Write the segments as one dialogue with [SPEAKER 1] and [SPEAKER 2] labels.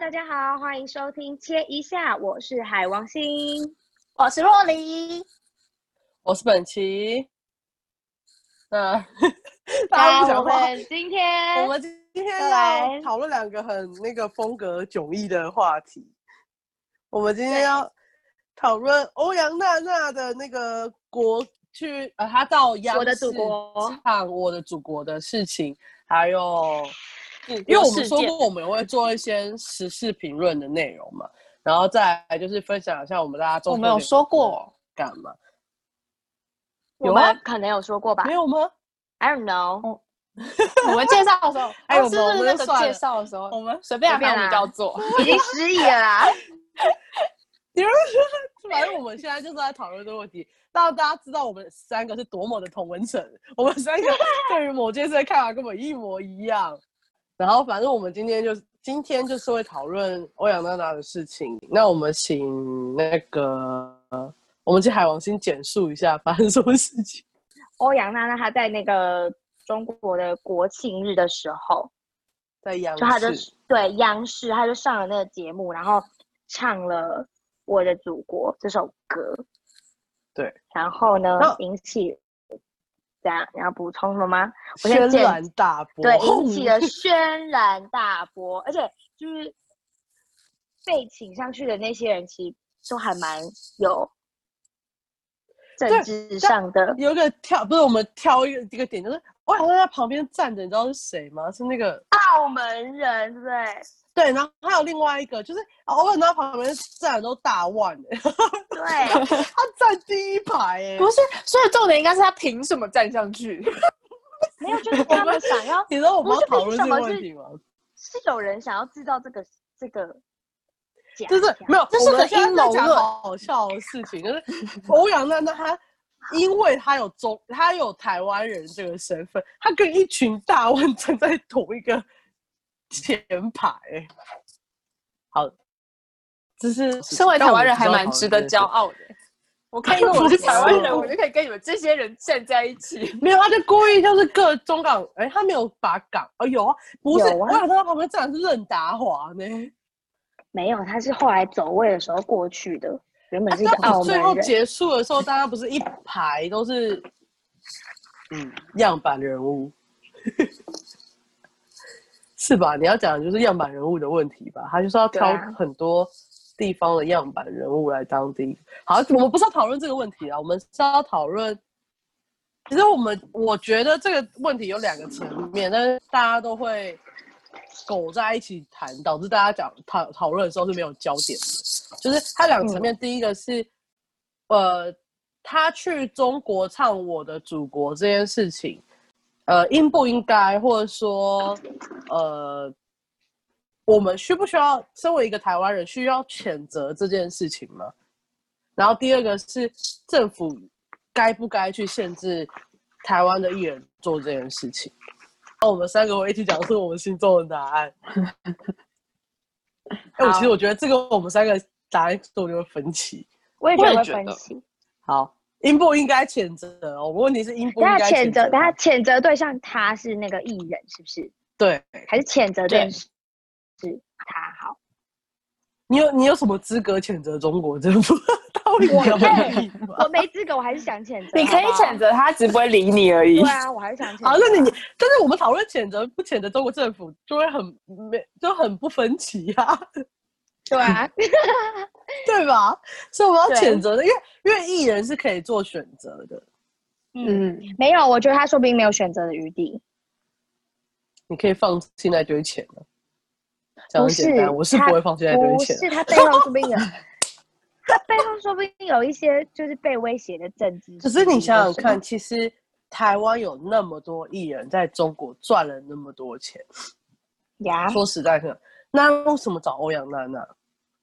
[SPEAKER 1] 大家好，欢迎收听切一下，我是海王星。
[SPEAKER 2] 我是若离，
[SPEAKER 3] 我是本琪。那 大家不
[SPEAKER 2] 那我
[SPEAKER 3] 想话，
[SPEAKER 2] 们今天
[SPEAKER 3] 我们今天
[SPEAKER 2] 又来
[SPEAKER 3] 要讨论两个很那个风格迥异的话题。我们今天
[SPEAKER 2] 对
[SPEAKER 3] 要讨论欧阳娜娜的那个国去呃，她到央
[SPEAKER 1] 我的祖
[SPEAKER 3] 视
[SPEAKER 1] 国
[SPEAKER 3] 唱《我的祖国》的事情，还有因为
[SPEAKER 2] 因
[SPEAKER 3] 我们说过我们会做一些时事评论的内容嘛，然后再来就是分享一下我们大家中
[SPEAKER 2] 我们有
[SPEAKER 3] 秋节
[SPEAKER 2] 说过
[SPEAKER 3] 干嘛？
[SPEAKER 1] 我
[SPEAKER 3] 有啊
[SPEAKER 1] 们可能有说过吧
[SPEAKER 3] 没有吗？
[SPEAKER 1] ？I don't know。
[SPEAKER 2] 我们介绍的时候，
[SPEAKER 3] 哎
[SPEAKER 2] 哦
[SPEAKER 3] 我们
[SPEAKER 2] 是不
[SPEAKER 3] 我
[SPEAKER 2] 是
[SPEAKER 3] 们
[SPEAKER 2] 那
[SPEAKER 3] 就
[SPEAKER 2] 个
[SPEAKER 3] 算
[SPEAKER 2] 介
[SPEAKER 3] 了
[SPEAKER 2] 绍的时候
[SPEAKER 3] 我们
[SPEAKER 2] 随便啊，
[SPEAKER 1] 随便
[SPEAKER 2] 反正
[SPEAKER 1] 啦
[SPEAKER 2] 我们叫做
[SPEAKER 1] 已经失忆了啦。
[SPEAKER 3] 反正我们现在就是在讨论这个问题，让大家知道我们三个是多么的同文层，我们三 个对于某件事的看法根本一模一样。然后，反正我们今天就是今天就是会讨论欧阳娜娜的事情。那我们请那个，我们请海王星简述一下发生什么事情。
[SPEAKER 1] 欧阳娜娜她在那个中国的国庆日的时候，
[SPEAKER 3] 在央
[SPEAKER 1] 就她就
[SPEAKER 3] 视，
[SPEAKER 1] 对央视，她就上了那个节目，然后唱了《我的祖国》这首歌。
[SPEAKER 3] 对，
[SPEAKER 1] 然后呢
[SPEAKER 3] 然后，
[SPEAKER 1] 引起这样，然后补充了吗？我
[SPEAKER 3] 轩
[SPEAKER 1] 先简
[SPEAKER 3] 然大波，
[SPEAKER 1] 对，引起 了轩然大波，而且就是被请上去的那些人，其实都还蛮有政
[SPEAKER 3] 对
[SPEAKER 1] 治
[SPEAKER 3] 但
[SPEAKER 1] 上的
[SPEAKER 3] 有一个跳，不是我们挑一个一个点，就是欧阳娜娜旁边站着，你知道是谁吗？是那个
[SPEAKER 1] 澳门人，对不对？
[SPEAKER 3] 对，然后还有另外一个，就是哦偶尔他旁边站的都 大腕、欸，
[SPEAKER 1] 对，
[SPEAKER 3] 他站第一排、欸，
[SPEAKER 2] 不是，所以重点应该是他凭什么站上去？
[SPEAKER 1] 没有，就是他们想要
[SPEAKER 3] 你知道我们
[SPEAKER 1] 不
[SPEAKER 3] 要
[SPEAKER 1] 是
[SPEAKER 3] 讨
[SPEAKER 1] 凭
[SPEAKER 3] 论
[SPEAKER 1] 什
[SPEAKER 3] 这
[SPEAKER 1] 么
[SPEAKER 3] 个问
[SPEAKER 1] 是
[SPEAKER 3] 题吗？
[SPEAKER 1] 是有人想要制造这个这个假
[SPEAKER 3] 就是
[SPEAKER 1] 象
[SPEAKER 3] 没有，
[SPEAKER 2] 这
[SPEAKER 3] 我
[SPEAKER 2] 是
[SPEAKER 3] 们
[SPEAKER 2] 个
[SPEAKER 3] 现在
[SPEAKER 2] 阴
[SPEAKER 3] 在
[SPEAKER 2] 谋
[SPEAKER 3] 讲
[SPEAKER 2] 论
[SPEAKER 3] 好笑的事情，就是欧阳娜娜她，因为她有中，她有台湾人这个身份，她跟一群大腕站在同一个前排、欸。好，这是
[SPEAKER 2] 身为台湾人还蛮值得骄
[SPEAKER 3] 傲。
[SPEAKER 2] 傲的。欸 我看因为我是台湾人，我就可以跟你们这些人站在一起。
[SPEAKER 3] 没有，他就故意就是各中港，哎、他没有把港，哦有啊，不是，
[SPEAKER 1] 有啊
[SPEAKER 3] 我想他旁边站的是任达华呢，
[SPEAKER 1] 没有，他是后来走位的时候过去的，原本是一
[SPEAKER 3] 那
[SPEAKER 1] 个澳
[SPEAKER 3] 啊哎最
[SPEAKER 1] 门
[SPEAKER 3] 后
[SPEAKER 1] 人，
[SPEAKER 3] 结束的时候，大家不是一排都是，嗯，样板人物，是吧？你要讲的就是样板人物的问题吧，他就是要挑
[SPEAKER 1] 对啊
[SPEAKER 3] 很多地方的样板人物来当第一个。好，我们不是要讨论这个问题啊，我们是要讨论。其实我们我觉得这个问题有两个层面，但是大家都会苟在一起谈，导致大家讲讨讨论的时候是没有焦点的。就是它两个层面，第一个是，呃，他去中国唱《我的祖国》这件事情，呃，应不应该，或者说，呃，我们需不需要身为一个台湾人需要谴责这件事情吗？然后第二个是政府该不该去限制台湾的艺人做这件事情？那我们三个会一起讲出我们心中的答案。 哎、我其实我觉得这个我们三个答案我就会分歧。
[SPEAKER 1] 我也
[SPEAKER 2] 我
[SPEAKER 1] 觉
[SPEAKER 2] 也
[SPEAKER 1] 得会
[SPEAKER 2] 觉
[SPEAKER 1] 分
[SPEAKER 2] 得
[SPEAKER 1] 析。
[SPEAKER 3] 好，应不应该谴责？哦我问题是应不
[SPEAKER 1] 等
[SPEAKER 3] 应
[SPEAKER 1] 下
[SPEAKER 3] 该
[SPEAKER 1] 谴责，
[SPEAKER 3] 责
[SPEAKER 1] 等下
[SPEAKER 3] 他？
[SPEAKER 1] 谴责对象他是那个艺人，是不是？
[SPEAKER 3] 对
[SPEAKER 1] 还是谴责这
[SPEAKER 2] 对
[SPEAKER 1] 件事是他好？
[SPEAKER 3] 你有你有什么资格谴责中国政府？ 到底有
[SPEAKER 1] 哎
[SPEAKER 3] 没有？
[SPEAKER 1] 我没资格，我还是想谴责。
[SPEAKER 2] 你可以
[SPEAKER 1] 好不好
[SPEAKER 2] 谴，责他，只不会理你而已
[SPEAKER 1] 对。啊，我还是想谴责。
[SPEAKER 3] 好，那你你，但是我们讨论谴责不谴责中国政府，就会很没就很不分歧啊，
[SPEAKER 1] 对啊，
[SPEAKER 3] 对吧？所以我们要
[SPEAKER 2] 对
[SPEAKER 3] 谴责的，因为因为艺人是可以做选择的，
[SPEAKER 2] 嗯，
[SPEAKER 1] 没有，我觉得他说不定没有选择的余地。
[SPEAKER 3] 你可以放弃那堆钱的。讲
[SPEAKER 1] 不
[SPEAKER 3] 得
[SPEAKER 1] 是
[SPEAKER 3] 简单，我是
[SPEAKER 1] 他
[SPEAKER 3] 不会放弃那堆
[SPEAKER 1] 不
[SPEAKER 3] 钱的。
[SPEAKER 1] 是他背后说不定有，他背后说不定有一些就是被威胁的政治。
[SPEAKER 3] 只是你想想看，，其实台湾有那么多艺人在中国赚了那么多钱，
[SPEAKER 1] 呀，
[SPEAKER 3] 说实在的，那为什么找欧阳娜娜？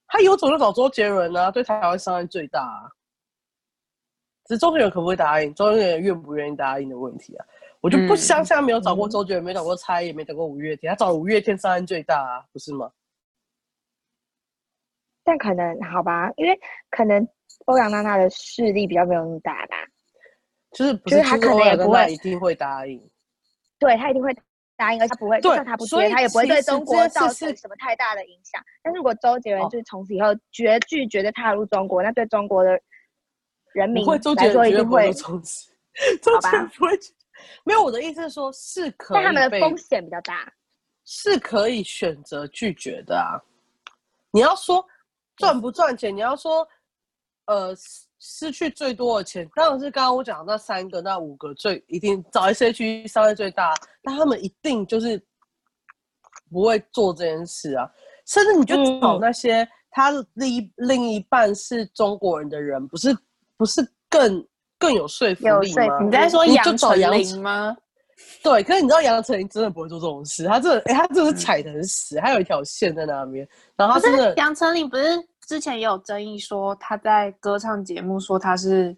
[SPEAKER 3] 他有种就找周杰伦啊，对台湾伤害最大、啊。只是周杰伦可不可以答应，周杰伦愿不愿意答应的问题啊，我就不
[SPEAKER 2] 嗯
[SPEAKER 3] 相信他没有找过周杰伦，没找过蔡依林，没找过五月天，他找五月天伤害最大啊，不是吗？
[SPEAKER 1] 但可能好吧，因为可能欧阳娜娜的势力比较没有那么大吧，
[SPEAKER 3] 就是不，
[SPEAKER 1] 就是是他
[SPEAKER 3] 就是
[SPEAKER 1] 可能
[SPEAKER 3] 欧
[SPEAKER 1] 也
[SPEAKER 3] 阳娜
[SPEAKER 1] 不
[SPEAKER 3] 娜
[SPEAKER 1] 会
[SPEAKER 3] 一定会答应。
[SPEAKER 1] 对他一定会大家应该是不会，就
[SPEAKER 3] 对
[SPEAKER 1] 算他不
[SPEAKER 3] 所
[SPEAKER 1] 接，
[SPEAKER 3] 以
[SPEAKER 1] 他也不会
[SPEAKER 3] 其
[SPEAKER 1] 对
[SPEAKER 3] 实
[SPEAKER 1] 中
[SPEAKER 3] 这
[SPEAKER 1] 国
[SPEAKER 3] 件事
[SPEAKER 1] 造
[SPEAKER 3] 是
[SPEAKER 1] 成什么太大的影响。但是如果周杰伦
[SPEAKER 3] 哦
[SPEAKER 1] 就是从此以后绝拒绝的踏入中国，那对中国的人民
[SPEAKER 3] 不会周
[SPEAKER 1] 来
[SPEAKER 3] 杰
[SPEAKER 1] 说
[SPEAKER 3] 伦
[SPEAKER 1] 一
[SPEAKER 3] 绝对
[SPEAKER 1] 定
[SPEAKER 3] 不会
[SPEAKER 1] 会
[SPEAKER 3] 做，这种事， 周杰伦不会去。没有，我的意思是说，是可
[SPEAKER 1] 但他们
[SPEAKER 3] 以
[SPEAKER 1] 的
[SPEAKER 3] 被
[SPEAKER 1] 风险比较大。
[SPEAKER 3] 是可以选择拒绝的啊。你要说赚不赚钱，你要说呃失失去最多的钱，当然是刚刚我讲的那三个、那五个最一定找 S H E 伤害最大，但他们一定就是不会做这件事啊。甚至你就找
[SPEAKER 1] 嗯
[SPEAKER 3] 那些他的另一另一半是中国人的人，不是不是更更有说服
[SPEAKER 1] 有
[SPEAKER 3] 力
[SPEAKER 1] 说
[SPEAKER 3] 吗？
[SPEAKER 1] 服
[SPEAKER 2] 你在说
[SPEAKER 3] 你就
[SPEAKER 2] 杨
[SPEAKER 3] 找
[SPEAKER 2] 丞
[SPEAKER 3] 杨
[SPEAKER 2] 琳吗？
[SPEAKER 3] 对，可是你知道杨丞琳真的不会做这种事，他真的，哎、他真
[SPEAKER 1] 嗯
[SPEAKER 3] 的是踩得很死，他有一条线在那边，然后
[SPEAKER 2] 不
[SPEAKER 3] 他真
[SPEAKER 2] 哦是
[SPEAKER 3] 的，
[SPEAKER 2] 杨丞琳，不是之前也有争议说她在歌唱节目说她是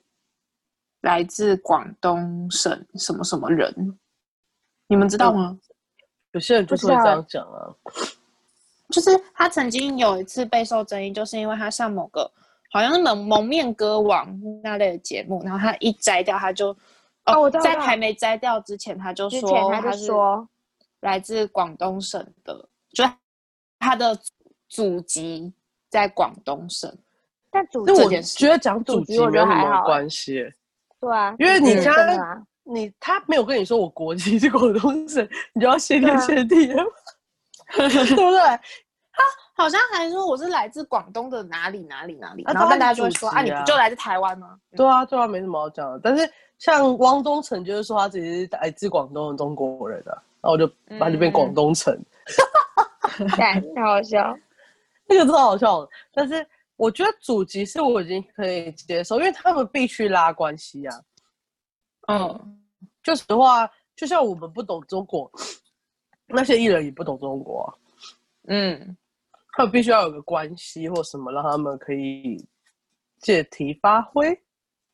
[SPEAKER 2] 来自广东省什么什么人，你们知道
[SPEAKER 1] 嗯
[SPEAKER 2] 吗？
[SPEAKER 3] 有些人就是会
[SPEAKER 1] 不知道
[SPEAKER 3] 这样讲啊，
[SPEAKER 2] 就是她曾经有一次备受争议，就是因为她上某个好像是蒙蒙面歌王那类的节目，然后她一摘掉，她就
[SPEAKER 1] 哦我知道
[SPEAKER 2] 在
[SPEAKER 1] 我知道
[SPEAKER 2] 还没摘掉之前，她就
[SPEAKER 1] 之
[SPEAKER 2] 说
[SPEAKER 1] 前他
[SPEAKER 2] 她
[SPEAKER 1] 就是说，
[SPEAKER 2] 来自广东省的，就是她的祖籍在广东省。
[SPEAKER 1] 但主
[SPEAKER 3] 但我
[SPEAKER 2] 件事
[SPEAKER 3] 觉得讲祖
[SPEAKER 1] 祖
[SPEAKER 3] 籍
[SPEAKER 1] 籍我
[SPEAKER 3] 没
[SPEAKER 1] 觉
[SPEAKER 3] 有
[SPEAKER 1] 得
[SPEAKER 3] 什
[SPEAKER 1] 还
[SPEAKER 3] 么
[SPEAKER 1] 好
[SPEAKER 3] 关系，
[SPEAKER 1] 对啊，
[SPEAKER 3] 因为你
[SPEAKER 1] 嗯
[SPEAKER 3] 家
[SPEAKER 1] 真的啊
[SPEAKER 3] 你他没有跟你说我国籍是广东省，你就要谢
[SPEAKER 1] 对
[SPEAKER 3] 天
[SPEAKER 1] 啊
[SPEAKER 3] 谢地了， 对 不对？
[SPEAKER 2] 好像还说我是来自广东的哪里哪里哪里，
[SPEAKER 3] 啊
[SPEAKER 2] 然
[SPEAKER 3] 当
[SPEAKER 2] 后
[SPEAKER 3] 然
[SPEAKER 2] 大家就会说
[SPEAKER 3] 祖籍
[SPEAKER 2] 啊，你
[SPEAKER 3] 啊
[SPEAKER 2] 不就来自台湾吗？嗯
[SPEAKER 3] 对啊，对啊，没什么好讲的。但是像汪东城就是说他自己是来自广东的中国人啊，然后我就他
[SPEAKER 1] 嗯
[SPEAKER 3] 就变广东城，
[SPEAKER 1] 对，太哎好笑。
[SPEAKER 3] 那个真的好笑的，但是我觉得祖籍是我已经可以接受，因为他们必须拉关系啊。
[SPEAKER 2] 嗯，
[SPEAKER 3] 就实话，就像我们不懂中国，那些艺人也不懂中国啊、
[SPEAKER 2] 嗯，
[SPEAKER 3] 他们必须要有个关系或什么，让他们可以借题发挥，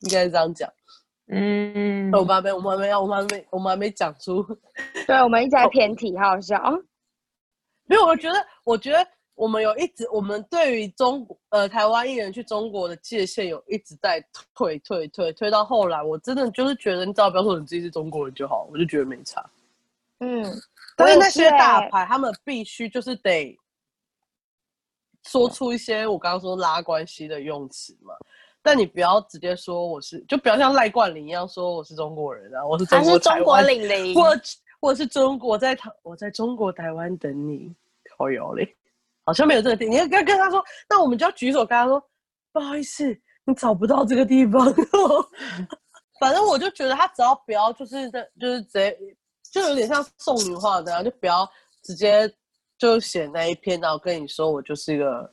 [SPEAKER 3] 应该是这样讲。
[SPEAKER 2] 嗯，
[SPEAKER 3] 那我们还没，我们还没要，我们还没，我们还没讲出。
[SPEAKER 1] 对，啊我们一直
[SPEAKER 3] 哦
[SPEAKER 1] 在偏题，好好笑。哦
[SPEAKER 3] 没有，我觉得，我觉得我们有一直，我们对于中国呃台湾艺人去中国的界限有一直在退退退退到后来，我真的就是觉得，你只要不要说你自己是中国人就好，我就觉得没差。
[SPEAKER 1] 嗯，
[SPEAKER 3] 但是那些大
[SPEAKER 1] 我也是欸
[SPEAKER 3] 牌，他们必须就是得说出一些我刚刚说拉关系的用词嘛。但你不要直接说我是，就不要像赖冠霖一样说我是中国人啊，我是中
[SPEAKER 2] 还
[SPEAKER 3] 国
[SPEAKER 2] 是中
[SPEAKER 3] 台
[SPEAKER 2] 国
[SPEAKER 3] 湾
[SPEAKER 2] 领领，
[SPEAKER 3] 我我是中国，我在台我在中国台湾等你，好有嘞，好像没有这个地，你要跟跟他说，那我们就要举手跟他说，不好意思，你找不到这个地方。哦 反正我就觉得他只要不要就是在就是直接就有点像送女话那样，就不要直接就写那一篇，然后跟你说我就是一个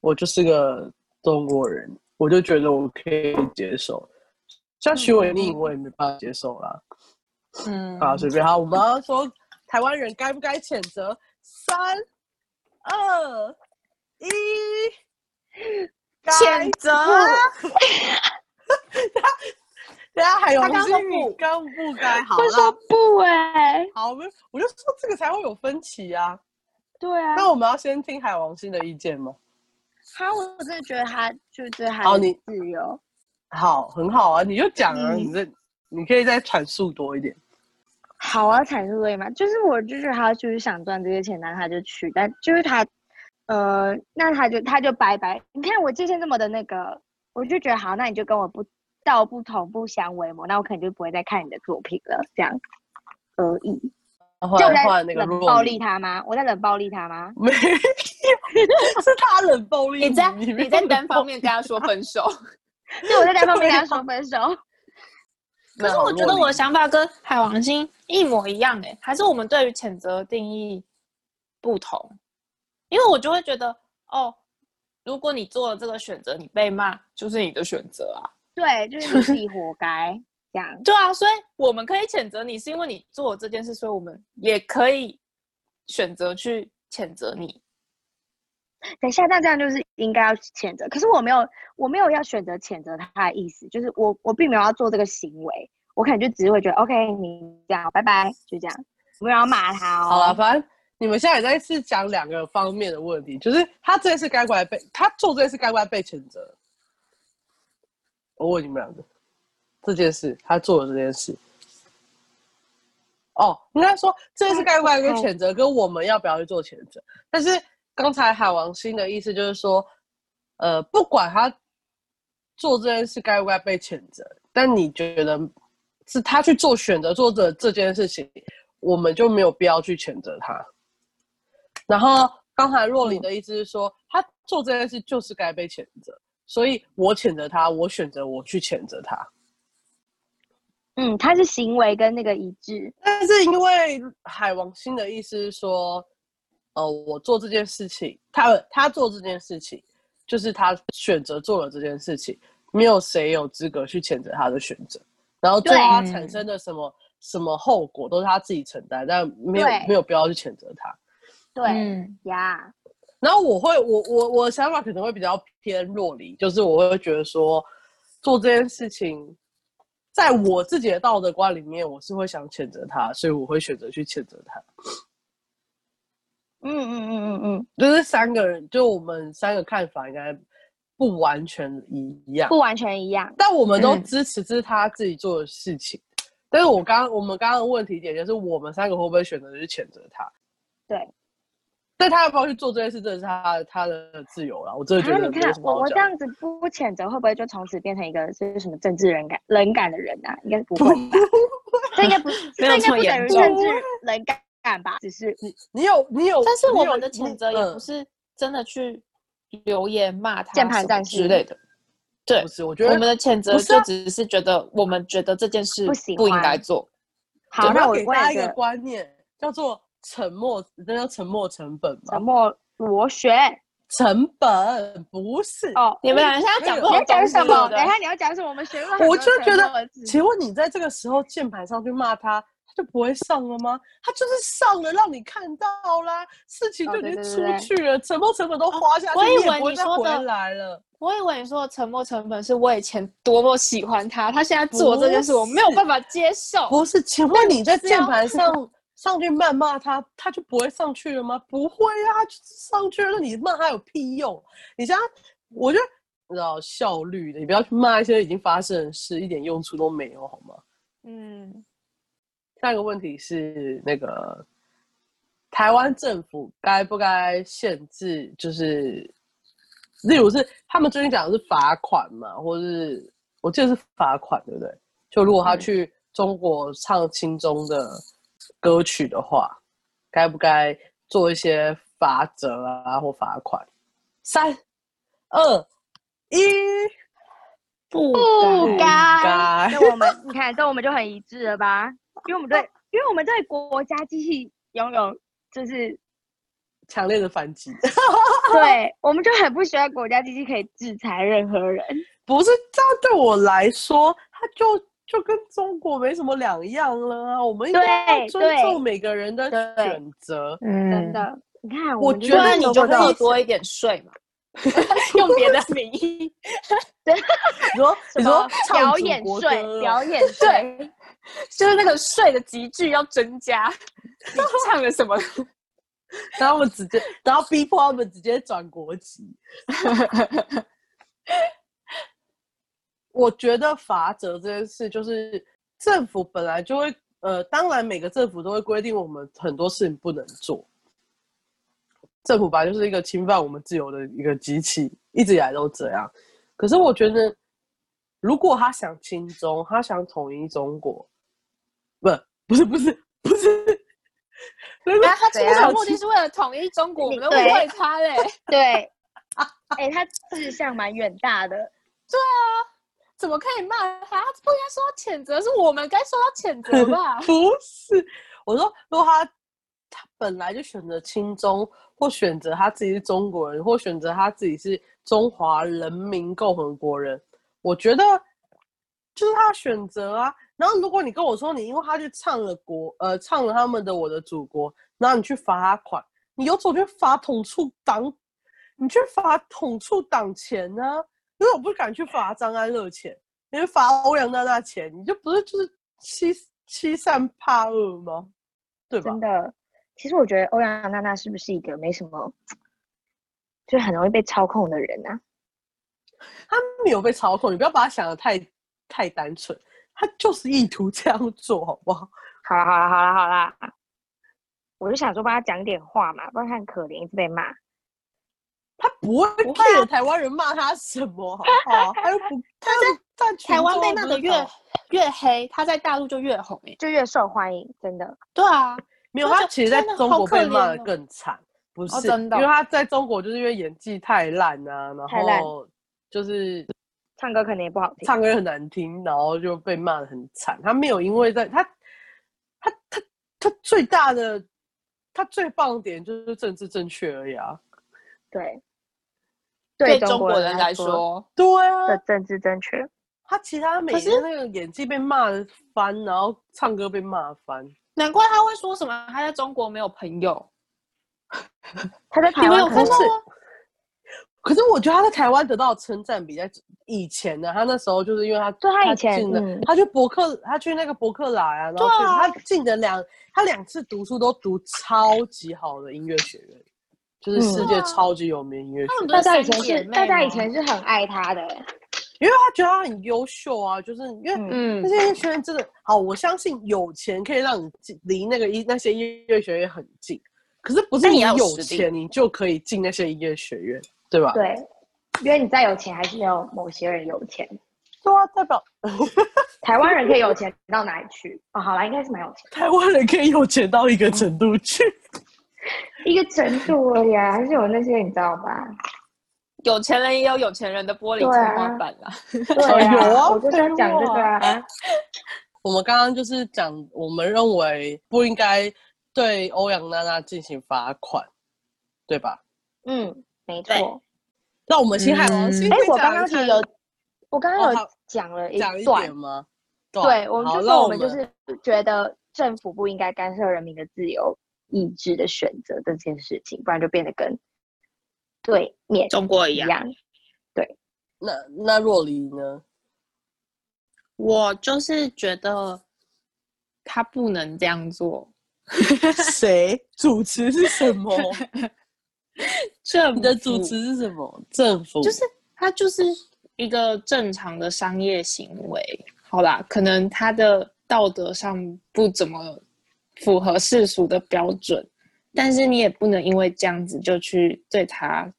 [SPEAKER 3] 我就是个中国人，我就觉得我可以接受。像徐伟宁，我也没办法接受啦。
[SPEAKER 2] 嗯，
[SPEAKER 3] 啊，随便好，我们要说台湾人该不该谴责？三、二、一，该
[SPEAKER 2] 谴 责
[SPEAKER 3] 不。大家还有
[SPEAKER 2] 他刚说
[SPEAKER 3] 是
[SPEAKER 2] 不
[SPEAKER 3] 你该不该？好
[SPEAKER 1] 会说
[SPEAKER 3] 啦，
[SPEAKER 1] 不哎，
[SPEAKER 3] 好，我就我就说这个才会有分歧啊。
[SPEAKER 1] 对啊。
[SPEAKER 3] 那我们要先听海王星的意见吗？
[SPEAKER 1] 他，我真的觉得他就是对他的
[SPEAKER 3] 好哦你
[SPEAKER 1] 自由。
[SPEAKER 3] 好，很好啊，你就讲啊，
[SPEAKER 1] 嗯
[SPEAKER 3] 你这你可以再阐述多一点。
[SPEAKER 1] 好啊，阐述对嘛？就是我就是他就是想赚这些钱，那他就去，但就是他，呃，那他就他就拜拜。你看我界限这么的那个，我就觉得好，那你就跟我不道不同不相为谋，那我可能就不会再看你的作品了，这样而已。
[SPEAKER 3] 然后
[SPEAKER 1] 就我在
[SPEAKER 3] 来换那个
[SPEAKER 1] 冷
[SPEAKER 3] 若
[SPEAKER 1] 暴
[SPEAKER 3] 琳
[SPEAKER 1] 力他吗？我在冷暴力他吗？
[SPEAKER 3] 没有，是他冷暴力
[SPEAKER 2] 你在
[SPEAKER 3] 你没
[SPEAKER 2] 你
[SPEAKER 3] 有
[SPEAKER 2] 在
[SPEAKER 3] 冷
[SPEAKER 2] 单
[SPEAKER 3] 暴
[SPEAKER 2] 方面跟他说 分手，
[SPEAKER 1] 对，我在单方面跟他说分手。
[SPEAKER 2] 可是我觉得我的想法跟海王星一模一样哎，还是我们对于谴责的定义不同，因为我就会觉得哦，如果你做了这个选择，你被骂就是你的选择啊，
[SPEAKER 1] 对，就是你自己活该这样。
[SPEAKER 2] 对啊，所以我们可以谴责你，是因为你做了这件事，所以我们也可以选择去谴责你。
[SPEAKER 1] 等一下，那这样就是应该要去谴责。可是我没有，我没有要选择谴责他的意思，就是我我并没有要做这个行为，我可能就只是会觉得 OK，你这样，拜拜，就这样，我没有要骂他哦。
[SPEAKER 3] 好了，反正你们现在也在是讲两个方面的问题，就是他这件事该不该被他做这件事该不该被谴责？我问你们两个，这件事他做了这件事，哦，应该说这件事该不该跟谴责，跟我们要不要去做谴责。但是刚才海王星的意思就是说，呃，不管他做这件事该不该被谴责，但你觉得是他去做选择做的这件事情，我们就没有必要去谴责他。然后刚才若琳的意思是说，他做这件事就是该被谴责，所以我谴责他，我选择我去谴责他。
[SPEAKER 1] 嗯，他是行为跟那个一致，
[SPEAKER 3] 但是因为海王星的意思是说，呃，我做这件事情，他他做这件事情，就是他选择做了这件事情，没有谁有资格去谴责他的选择。然后最后
[SPEAKER 1] 对
[SPEAKER 3] 他产生的什么什么后果都是他自己承担，但没有
[SPEAKER 1] 对
[SPEAKER 3] 没有必要去谴责他。
[SPEAKER 1] 对
[SPEAKER 2] 嗯，
[SPEAKER 1] 呀，
[SPEAKER 3] 然后我会，我我我的想法可能会比较偏弱离，就是我会觉得说，做这件事情，在我自己的道德观里面，我是会想谴责他，所以我会选择去谴责他。
[SPEAKER 1] 嗯嗯嗯嗯嗯，
[SPEAKER 3] 就是三个人，就我们三个看法应该不完全一样，
[SPEAKER 1] 不完全一样，
[SPEAKER 3] 但我们都
[SPEAKER 2] 嗯
[SPEAKER 3] 支持这是他自己做的事情。但是我刚我们刚刚的问题点就是，我们三个会不会选择去谴责他？
[SPEAKER 1] 对。
[SPEAKER 3] 但他要不要去做这件事，真的是他的他的自由了。我真的觉
[SPEAKER 1] 啊，你
[SPEAKER 3] 得没有
[SPEAKER 1] 看
[SPEAKER 3] 什么
[SPEAKER 1] 我
[SPEAKER 3] 好
[SPEAKER 1] 我
[SPEAKER 3] 讲
[SPEAKER 1] 这
[SPEAKER 3] 的。
[SPEAKER 1] 样子不谴责，会不会就从此变成一个就是什么政治人感冷感的人啊？应该是不会吧？这应该不，这
[SPEAKER 2] 没有
[SPEAKER 1] 应该
[SPEAKER 2] 这么
[SPEAKER 1] 不等
[SPEAKER 2] 严
[SPEAKER 1] 于
[SPEAKER 2] 重
[SPEAKER 1] 政治冷感吧？只是
[SPEAKER 3] 你你有你有，
[SPEAKER 2] 但是
[SPEAKER 3] 你
[SPEAKER 2] 我
[SPEAKER 3] 有嗯
[SPEAKER 2] 们的谴责也不、是真的去留言骂他
[SPEAKER 1] 键盘
[SPEAKER 2] 什么
[SPEAKER 1] 战士
[SPEAKER 2] 之类的。对
[SPEAKER 3] 嗯不，是，我觉
[SPEAKER 2] 我
[SPEAKER 3] 得
[SPEAKER 2] 们的谴责
[SPEAKER 3] 不是啊
[SPEAKER 2] 就只是觉得我们觉得这件事
[SPEAKER 1] 不喜
[SPEAKER 2] 不应
[SPEAKER 1] 欢
[SPEAKER 2] 该做。
[SPEAKER 1] 好，
[SPEAKER 3] 我们
[SPEAKER 1] 那
[SPEAKER 3] 要
[SPEAKER 1] 我
[SPEAKER 3] 给
[SPEAKER 1] 我
[SPEAKER 3] 大
[SPEAKER 1] 也
[SPEAKER 3] 家一
[SPEAKER 1] 觉
[SPEAKER 3] 个
[SPEAKER 1] 得
[SPEAKER 3] 观念，叫做沉默，那叫沉默成本
[SPEAKER 1] 沉
[SPEAKER 3] 嘛，
[SPEAKER 1] 默螺旋
[SPEAKER 3] 成本不是。
[SPEAKER 1] 哦。
[SPEAKER 2] 你们俩现在讲
[SPEAKER 3] 没有
[SPEAKER 2] 不
[SPEAKER 1] 你要
[SPEAKER 2] 同
[SPEAKER 1] 讲
[SPEAKER 2] 东西
[SPEAKER 1] 什么？
[SPEAKER 2] 对不对
[SPEAKER 1] 等一下你要讲什么？我们学过很
[SPEAKER 3] 我
[SPEAKER 1] 多
[SPEAKER 3] 就觉
[SPEAKER 1] 沉
[SPEAKER 3] 得
[SPEAKER 1] 默的字
[SPEAKER 3] 请问你在这个时候键盘上去骂他，他就不会上了吗？他就是上了，让你看到啦，事情
[SPEAKER 1] 哦
[SPEAKER 3] 就已
[SPEAKER 1] 对
[SPEAKER 3] 经
[SPEAKER 1] 对
[SPEAKER 3] 出
[SPEAKER 1] 对对
[SPEAKER 3] 去了，沉默成本都花下去，
[SPEAKER 2] 我以
[SPEAKER 3] 你也
[SPEAKER 2] 为
[SPEAKER 3] 不会
[SPEAKER 2] 你
[SPEAKER 3] 再
[SPEAKER 2] 说
[SPEAKER 3] 回
[SPEAKER 2] 的
[SPEAKER 3] 来了。
[SPEAKER 2] 我以为你说的沉没成本是我以前多么喜欢他，他现在做这件事我没有办法接受。
[SPEAKER 3] 不是，请问你在
[SPEAKER 2] 是
[SPEAKER 3] 键
[SPEAKER 2] 要
[SPEAKER 3] 盘上上去谩骂他，他就不会上去了吗？不会啊，他就是上去了，你骂他有屁用？你像，我觉得你知道效率的，你不要去骂一些已经发生的事，一点用处都没有，好吗？
[SPEAKER 2] 嗯，
[SPEAKER 3] 下一个问题是那个台湾政府该不该限制，就是例如是他们最近讲的是罚款嘛，或是我记得是罚款，对不对？就如果他去中国唱亲中的歌曲的话，该不该做一些罚则啊或罚款？三二一，
[SPEAKER 2] 不
[SPEAKER 1] 不
[SPEAKER 2] 该。
[SPEAKER 1] 该。
[SPEAKER 3] 该
[SPEAKER 1] 那我们你看，这我们就很一致了吧？因为我们对，因为我们对国家机器拥有就是
[SPEAKER 3] 强烈的反击。
[SPEAKER 1] 对，我们就很不喜欢国家机器可以制裁任何人。
[SPEAKER 3] 不是这样，对我来说，它就就跟中国没什么两样了啊。我们应该要
[SPEAKER 1] 对
[SPEAKER 3] 尊重
[SPEAKER 1] 对
[SPEAKER 3] 每个人的
[SPEAKER 1] 对
[SPEAKER 3] 选择。
[SPEAKER 2] 嗯，
[SPEAKER 1] 真。的，你看，
[SPEAKER 3] 我
[SPEAKER 1] 们
[SPEAKER 3] 觉
[SPEAKER 2] 不
[SPEAKER 1] 是
[SPEAKER 3] 得
[SPEAKER 2] 然你
[SPEAKER 1] 走
[SPEAKER 2] 就
[SPEAKER 1] 过
[SPEAKER 2] 可
[SPEAKER 1] 这
[SPEAKER 2] 以
[SPEAKER 1] 种
[SPEAKER 2] 多一点税嘛， 用别的名义。
[SPEAKER 3] 你说，
[SPEAKER 1] 什
[SPEAKER 3] 你说
[SPEAKER 1] 么
[SPEAKER 3] 唱
[SPEAKER 1] 表
[SPEAKER 3] 祖
[SPEAKER 1] 演
[SPEAKER 3] 国歌
[SPEAKER 1] 税，
[SPEAKER 3] 啊
[SPEAKER 1] 表 演税，
[SPEAKER 2] 对，就是那个税的集聚要增 加。你唱了什么？
[SPEAKER 3] 然后我们直接，然后逼迫他们直接转国籍。 我觉得罚则这件事，就是政府本来就会，呃，当然每个政府都会规定我们很多事情不能做。政府本来就是一个侵犯我们自由的一个机器，一直以来都这样。可是我觉得，如果他想亲中，他想统一中国，不，不是，不是，不是。 如果？
[SPEAKER 2] 啊，他出
[SPEAKER 1] 对啊
[SPEAKER 2] 场目的是为了统一中国，我们都误
[SPEAKER 1] 对
[SPEAKER 2] 会他嘞。
[SPEAKER 1] 对， 哎、他志向蛮远大的，
[SPEAKER 2] 怎么可以骂他？不应该受到谴责，是我们该受到谴责 吧
[SPEAKER 3] 不是，我说如果他他本来就选择亲中，或选择他自己是中国人，或选择他自己是中华人民共和国人，我觉得就是他的选择啊。然后如果你跟我说你因为他去唱了国呃唱了他们的《我的祖国》，然后你去罚他款，你有种去罚统促党，你去罚统促党钱呢、啊？因为我不敢去罚张安乐钱。你是罚欧阳娜娜钱，你就不是就是欺欺善怕恶吗？对吧
[SPEAKER 1] 真？的。其实我觉得欧阳娜娜是不是一个没什么，就很容易被操控的人啊？
[SPEAKER 3] 他没有被操控，你不要把他想的太太单纯，他就是意图这样做，好不好？
[SPEAKER 1] 好啦好啦好啦好啦，我就想说帮他讲点话嘛，不然他很可怜，一直被骂。
[SPEAKER 3] 他不会
[SPEAKER 2] 不会啊
[SPEAKER 3] care 台湾人骂他什么，好不好？他又 不，他又不在群
[SPEAKER 2] 台湾
[SPEAKER 3] 众
[SPEAKER 2] 被
[SPEAKER 3] 又
[SPEAKER 2] 骂
[SPEAKER 3] 不
[SPEAKER 2] 的
[SPEAKER 3] 是
[SPEAKER 2] 越
[SPEAKER 3] 岛
[SPEAKER 2] 越黑，他在大陆就越红哎、
[SPEAKER 1] 就越受欢迎，真的。
[SPEAKER 2] 对啊，
[SPEAKER 3] 没有，
[SPEAKER 2] 真的
[SPEAKER 3] 他其实在
[SPEAKER 2] 真的
[SPEAKER 3] 中
[SPEAKER 2] 好
[SPEAKER 3] 国
[SPEAKER 2] 可
[SPEAKER 3] 被骂的
[SPEAKER 2] 怜哦哦
[SPEAKER 3] 更惨，不是、
[SPEAKER 2] 真的
[SPEAKER 3] 因为他在中国就是因为演技太烂啊，然
[SPEAKER 1] 太烂
[SPEAKER 3] 后就是
[SPEAKER 1] 唱歌可能也不好听，
[SPEAKER 3] 唱歌又很难听，然后就被骂的很惨。他没有因为在他他他他最大的他最棒的点就是政治正确而已啊。
[SPEAKER 1] 对，
[SPEAKER 2] 对
[SPEAKER 1] 中
[SPEAKER 2] 中国
[SPEAKER 1] 人
[SPEAKER 2] 人来
[SPEAKER 1] 说
[SPEAKER 2] 说，
[SPEAKER 3] 对啊，
[SPEAKER 1] 的政治正确，
[SPEAKER 3] 他其他每
[SPEAKER 2] 可是
[SPEAKER 3] 天那个演技被骂翻，然后唱歌被骂翻，
[SPEAKER 2] 难怪他会说什么他在中国没有朋友。
[SPEAKER 1] 他在
[SPEAKER 2] 你
[SPEAKER 1] 台
[SPEAKER 2] 们
[SPEAKER 1] 湾
[SPEAKER 2] 有
[SPEAKER 1] 可
[SPEAKER 2] 看
[SPEAKER 1] 能
[SPEAKER 2] 到吗？
[SPEAKER 3] 可是我觉得他在台湾得到的称赞比在以前呢、他那时候就是因为他
[SPEAKER 1] 对他以前
[SPEAKER 3] 进了，
[SPEAKER 1] 嗯
[SPEAKER 3] 他去博客，他去那个博客来啊，然后
[SPEAKER 2] 对
[SPEAKER 3] 去、
[SPEAKER 2] 啊
[SPEAKER 3] 他进的两，他两次读书都读超级好的音乐学院，就是世
[SPEAKER 2] 对
[SPEAKER 3] 界
[SPEAKER 2] 啊
[SPEAKER 3] 超级有名音乐学
[SPEAKER 2] 他
[SPEAKER 3] 院，
[SPEAKER 2] 们
[SPEAKER 1] 大
[SPEAKER 2] 不是
[SPEAKER 1] 家以
[SPEAKER 2] 三
[SPEAKER 1] 前
[SPEAKER 2] 姐
[SPEAKER 1] 是
[SPEAKER 2] 妹
[SPEAKER 1] 大家以
[SPEAKER 2] 吗
[SPEAKER 1] 前是很爱他的欸，
[SPEAKER 3] 因为他觉得他很优秀啊，就是因为。
[SPEAKER 1] 嗯，
[SPEAKER 2] 嗯
[SPEAKER 3] 那，些音乐学院真的好，我相信有钱可以让你进离那个音那些音乐学院很近，可是不是
[SPEAKER 2] 但
[SPEAKER 3] 你
[SPEAKER 2] 也要有
[SPEAKER 3] 有
[SPEAKER 2] 实力
[SPEAKER 3] 钱你就可以进那些音乐学院，对吧？
[SPEAKER 1] 对，因为你再有钱，还是没有某些人有钱。
[SPEAKER 3] 对啊，代表
[SPEAKER 1] 台湾人可以有钱到哪里去？哦，好啦，应该是蛮有钱
[SPEAKER 3] 台湾人可以有钱到一个程度去。
[SPEAKER 1] 的，一个程度而已啊，还是有那些你知道吧？
[SPEAKER 2] 有钱人也有有钱人的玻璃
[SPEAKER 1] 对啊
[SPEAKER 2] 天花板啦。
[SPEAKER 1] 对啊，
[SPEAKER 3] 有啊
[SPEAKER 1] 我就是要讲这个
[SPEAKER 3] 哦
[SPEAKER 1] 啊。
[SPEAKER 3] 我们刚刚就是讲，我们认为不应该对欧阳娜娜进行罚款，对吧？
[SPEAKER 1] 嗯，没
[SPEAKER 2] 对
[SPEAKER 1] 错。
[SPEAKER 3] 那我们先海王
[SPEAKER 2] 嗯
[SPEAKER 3] 星，
[SPEAKER 1] 哎，我刚刚其实有，我刚刚
[SPEAKER 3] 哦
[SPEAKER 1] 有
[SPEAKER 3] 好
[SPEAKER 1] 讲了
[SPEAKER 3] 讲一
[SPEAKER 1] 段
[SPEAKER 3] 点，吗？
[SPEAKER 1] 对，我们
[SPEAKER 3] 好
[SPEAKER 1] 就
[SPEAKER 3] 那
[SPEAKER 1] 说
[SPEAKER 3] 我
[SPEAKER 1] 我们就是觉得政府不应该干涉人民的自由意志的选择这件事情，不然就变得跟对面
[SPEAKER 2] 中国
[SPEAKER 1] 一
[SPEAKER 2] 一样，
[SPEAKER 1] 样。
[SPEAKER 3] 那那若离呢？
[SPEAKER 2] 我就是觉得他不能这样做。
[SPEAKER 3] 谁主持是什么？
[SPEAKER 2] 政
[SPEAKER 3] 你的
[SPEAKER 2] 府
[SPEAKER 3] 主持是什么？政府
[SPEAKER 2] 就是他就是一个正常的商业行为。好啦，可能他的道德上不怎么符合世俗的标准，但是你也不能因为这样子就去对他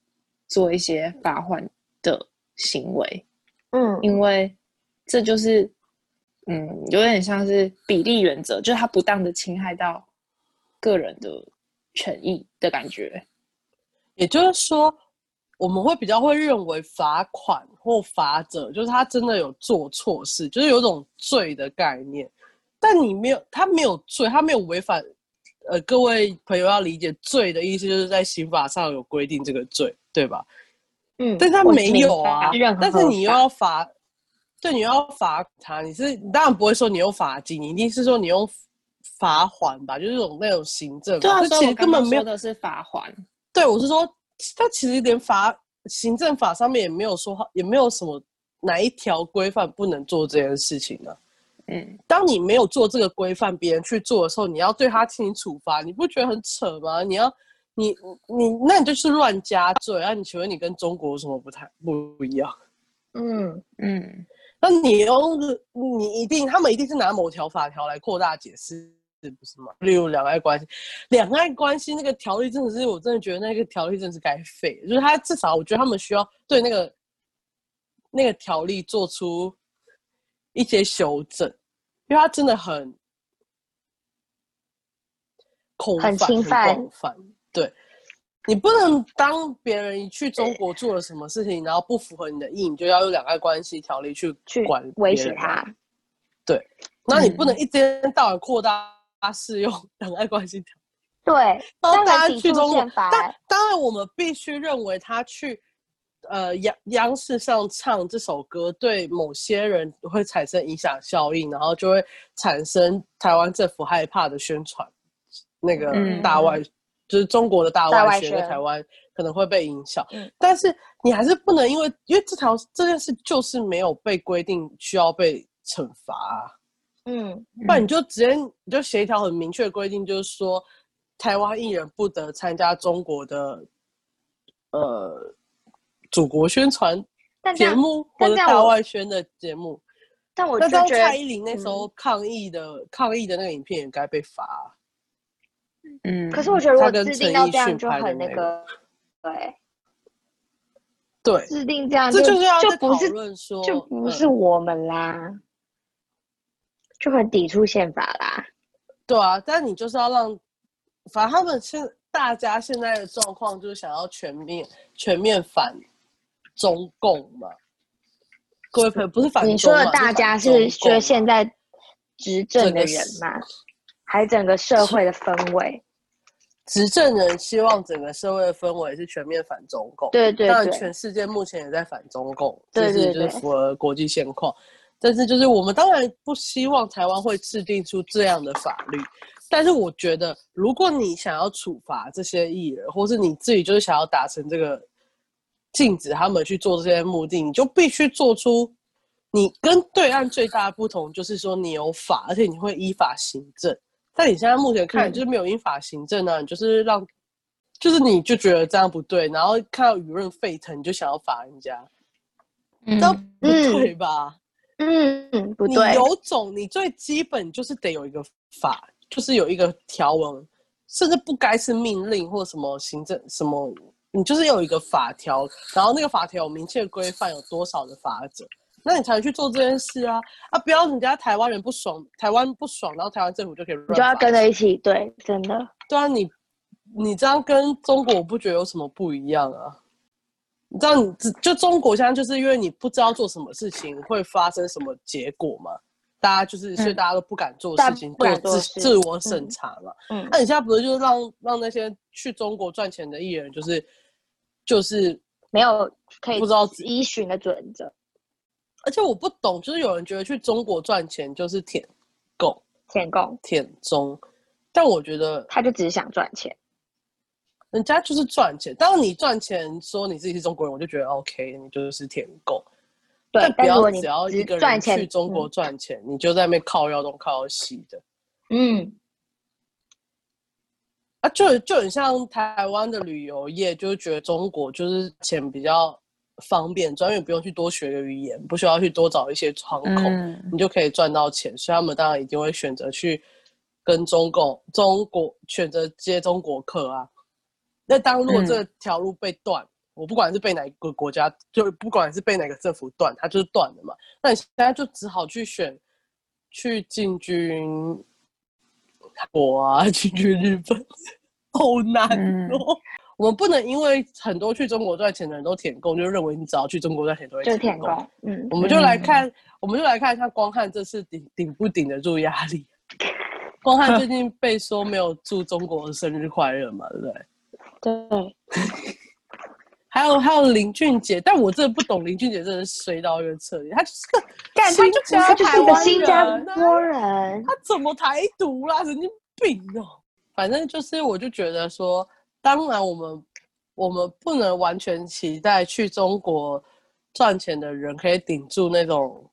[SPEAKER 2] 做一些罚款的行为，
[SPEAKER 1] 嗯，
[SPEAKER 2] 因为这就是嗯，有点像是比例原则，就是他不当的侵害到个人的权益的感觉。
[SPEAKER 3] 也就是说，我们会比较会认为罚款或罚者，就是他真的有做错事，就是有一种罪的概念。但你没有，他没有罪，他没有违反。呃，各位朋友要理解“罪”的意思，就是在刑法上有规定这个罪，对吧？
[SPEAKER 1] 嗯，
[SPEAKER 3] 但是他
[SPEAKER 1] 我
[SPEAKER 3] 没
[SPEAKER 1] 明
[SPEAKER 3] 有啊
[SPEAKER 1] 白
[SPEAKER 2] 嗯
[SPEAKER 1] 任何，
[SPEAKER 3] 但是你又
[SPEAKER 1] 法
[SPEAKER 3] 要罚，对，你又要罚他，你是你当然不会说你用罚金，你一定是说你用罚款吧，就是有那种行政
[SPEAKER 2] 对
[SPEAKER 3] 法，
[SPEAKER 2] 啊，
[SPEAKER 3] 这
[SPEAKER 2] 所
[SPEAKER 3] 其
[SPEAKER 2] 以我
[SPEAKER 3] 实
[SPEAKER 2] 刚
[SPEAKER 3] 根
[SPEAKER 2] 刚
[SPEAKER 3] 本没有
[SPEAKER 2] 说的是罚款。
[SPEAKER 3] 对，我是说，他其实连法行政法上面也没有说好，也没有什么哪一条规范不能做这件事情的、
[SPEAKER 2] 嗯，
[SPEAKER 3] 当你没有做这个规范，别人去做的时候，你要对他进行处罚，你不觉得很扯吗？你要你你，那你就是乱加罪啊！你请问你跟中国有什么不太不一样？
[SPEAKER 1] 嗯，
[SPEAKER 2] 嗯，
[SPEAKER 3] 那你用你一定，他们一定是拿某条法条来扩大解释，是不是吗？例如两岸关系，两岸关系那个条例真的是，我真的觉得那个条例真的是该废，就是他至少我觉得他们需要对那个那个条例做出一些修正，因为他真的很恐
[SPEAKER 1] 很
[SPEAKER 3] 犯，
[SPEAKER 1] 侵犯
[SPEAKER 3] 广泛，对。你不能当别人去中国做了什么事情，然后不符合你的意，你就要用两岸关系条例去
[SPEAKER 1] 去
[SPEAKER 3] 管
[SPEAKER 1] 威
[SPEAKER 3] 别
[SPEAKER 1] 胁嗯
[SPEAKER 3] 人啊
[SPEAKER 1] 他。
[SPEAKER 3] 那你不能一天到晚扩大适用两岸关系条，
[SPEAKER 1] 对，
[SPEAKER 3] 然后
[SPEAKER 1] 当
[SPEAKER 3] 大
[SPEAKER 1] 然
[SPEAKER 3] 家
[SPEAKER 1] 抵
[SPEAKER 3] 去
[SPEAKER 1] 触
[SPEAKER 3] 中国
[SPEAKER 1] 宪。法，啊
[SPEAKER 3] 但当然，我们必须认为他去呃央央视上唱这首歌，对某些人会产生影响效应，然后就会产生台湾政府害怕的宣传，那个
[SPEAKER 2] 嗯
[SPEAKER 3] 大外、就是中国的大
[SPEAKER 1] 大
[SPEAKER 3] 外
[SPEAKER 1] 外
[SPEAKER 3] 宣在
[SPEAKER 1] 宣
[SPEAKER 3] 台湾可能会被影响。
[SPEAKER 1] 嗯
[SPEAKER 3] 但是你还是不能因为因为这条这件事就是没有被规定需要被惩罚啊、
[SPEAKER 1] 嗯，
[SPEAKER 3] 不然
[SPEAKER 2] 嗯
[SPEAKER 3] 你就直接你就写一条很明确的规定，就是说台湾艺人不得参加中国的呃祖国宣传
[SPEAKER 1] 但这
[SPEAKER 3] 节
[SPEAKER 1] 样
[SPEAKER 3] 目或
[SPEAKER 1] 但
[SPEAKER 3] 者
[SPEAKER 1] 这样
[SPEAKER 3] 大
[SPEAKER 1] 我
[SPEAKER 3] 外宣的节目，
[SPEAKER 1] 但我
[SPEAKER 3] 那
[SPEAKER 1] 就
[SPEAKER 3] 这样
[SPEAKER 1] 觉得嗯
[SPEAKER 3] 蔡依林那时候抗议的、抗议的那个影片也该被罚、啊
[SPEAKER 2] 嗯，
[SPEAKER 1] 可是我觉得
[SPEAKER 3] 他
[SPEAKER 1] 我
[SPEAKER 3] 跟
[SPEAKER 1] 制
[SPEAKER 3] 陈
[SPEAKER 1] 定到
[SPEAKER 3] 奕
[SPEAKER 1] 这样
[SPEAKER 3] 迅
[SPEAKER 1] 就
[SPEAKER 3] 拍的
[SPEAKER 1] 很那
[SPEAKER 3] 那
[SPEAKER 1] 个，对，
[SPEAKER 3] 对，
[SPEAKER 1] 制定这样
[SPEAKER 3] 这
[SPEAKER 1] 就
[SPEAKER 3] 就是要
[SPEAKER 1] 就
[SPEAKER 3] 在
[SPEAKER 1] 不
[SPEAKER 3] 讨
[SPEAKER 1] 是
[SPEAKER 3] 论说，
[SPEAKER 1] 就不
[SPEAKER 3] 嗯
[SPEAKER 1] 是我们啦，就很抵触宪法啦。
[SPEAKER 3] 对啊，但你就是要让，反正他们现大家现在的状况就是想要全面全面反中共嘛。各位朋友，不是反
[SPEAKER 1] 你
[SPEAKER 3] 中
[SPEAKER 1] 说的
[SPEAKER 3] 嘛
[SPEAKER 1] 大家是
[SPEAKER 3] 是反中共
[SPEAKER 1] 说现
[SPEAKER 3] 嘛
[SPEAKER 1] 在执政
[SPEAKER 3] 整
[SPEAKER 1] 的
[SPEAKER 3] 个
[SPEAKER 1] 人
[SPEAKER 3] 是
[SPEAKER 1] 嘛，还整个社会的氛围？
[SPEAKER 3] 执政人希望整个社会的氛围是全面反中共，
[SPEAKER 1] 对对
[SPEAKER 3] 当然
[SPEAKER 1] 对，
[SPEAKER 3] 全世界目前也在反中共，
[SPEAKER 1] 对
[SPEAKER 3] 这
[SPEAKER 1] 对
[SPEAKER 3] 是就是
[SPEAKER 1] 对
[SPEAKER 3] 符合国际现况。但是就是我们当然不希望台湾会制定出这样的法律，但是我觉得如果你想要处罚这些艺人，或是你自己就是想要达成这个禁止他们去做这些目的，你就必须做出你跟对岸最大的不同，就是说你有法，而且你会依法行政。但你现在目前看
[SPEAKER 1] 嗯
[SPEAKER 3] 就是没有依法行政啊，你就是让，就是你就觉得这样不对，然后看到舆论沸腾，你就想要罚人家，
[SPEAKER 2] 嗯
[SPEAKER 3] 这样不
[SPEAKER 1] 嗯
[SPEAKER 3] 对吧？
[SPEAKER 1] 嗯，不
[SPEAKER 3] 你
[SPEAKER 1] 对，
[SPEAKER 3] 有种，你最基本就是得有一个法，就是有一个条文，甚至不该是命令或什么行政什么，你就是有一个法条，然后那个法条有明确规范有多少的法则，那你才能去做这件事啊啊！不要人家台湾人不爽，台湾不爽，然后台湾政府就可以乱
[SPEAKER 1] 你就要
[SPEAKER 3] 罚
[SPEAKER 1] 跟着一起，对，真的。
[SPEAKER 3] 对啊，你你这样跟中国，我不觉得有什么不一样啊。你知道你，只就中国现在就是因为你不知道做什么事情会发生什么结果嘛，大家就是所以
[SPEAKER 2] 嗯
[SPEAKER 3] 大家都不敢做
[SPEAKER 1] 大家
[SPEAKER 3] 事情，
[SPEAKER 1] 不敢
[SPEAKER 3] 自
[SPEAKER 1] 做事
[SPEAKER 3] 自我审查嘛。
[SPEAKER 1] 嗯
[SPEAKER 3] 那、你现在不是就是让让那些去中国赚钱的艺人，就是就是
[SPEAKER 1] 没有可以
[SPEAKER 3] 不知道自
[SPEAKER 1] 依循的准则，
[SPEAKER 3] 而且我不懂，就是有人觉得去中国赚钱就是舔狗
[SPEAKER 1] 舔共，
[SPEAKER 3] 舔中，但我觉得
[SPEAKER 1] 他就只是想赚钱。
[SPEAKER 3] 人家就是赚钱。当你赚钱说你自己是中国人，我就觉得 OK，你就是舔狗。
[SPEAKER 1] 对，
[SPEAKER 3] 但不
[SPEAKER 1] 如
[SPEAKER 3] 要
[SPEAKER 1] 果你
[SPEAKER 3] 只要一
[SPEAKER 1] 只
[SPEAKER 3] 个
[SPEAKER 1] 赚
[SPEAKER 3] 人
[SPEAKER 1] 钱，
[SPEAKER 3] 去中国赚钱，你就在那边靠腰东靠西的
[SPEAKER 1] 嗯，嗯，
[SPEAKER 3] 啊，就很就很像台湾的旅游业，就是觉得中国就是钱比较方便赚，专业不用去多学个语言，不需要去多找一些窗口，
[SPEAKER 2] 嗯
[SPEAKER 3] 你就可以赚到钱。所以他们当然一定会选择去跟中共、中国选择接中国客啊。那当如果
[SPEAKER 1] 嗯
[SPEAKER 3] 这条路被断，我不管是被哪一个国家，就不管是被哪个政府断，它就是断了嘛。那你现在就只好去选去进军韩国啊， 进军日本，好难
[SPEAKER 2] 嗯
[SPEAKER 3] 哦。我们不能因为很多去中国赚钱的人都舔共，就认为你只要去中国赚钱都会
[SPEAKER 1] 就是舔
[SPEAKER 3] 共。
[SPEAKER 1] 共，嗯，
[SPEAKER 3] 我们就来看，我们就来看一下光汉这次顶顶不顶得住压力。 光汉最近被说没有祝中国生日快乐嘛，对不对？
[SPEAKER 2] 嗯
[SPEAKER 1] 对，
[SPEAKER 3] 还有还有林俊杰，但我真的不懂林俊杰真的是衰到一个彻底，他就是个
[SPEAKER 1] 但他
[SPEAKER 3] 新
[SPEAKER 1] 就不
[SPEAKER 3] 加
[SPEAKER 1] 他就是个
[SPEAKER 3] 坡
[SPEAKER 1] 新加
[SPEAKER 3] 人啊
[SPEAKER 1] 坡人，
[SPEAKER 3] 他怎么台独啦？神经病哦、反正就是，我就觉得说，当然我们我们不能完全期待去中国赚钱的人可以顶住那种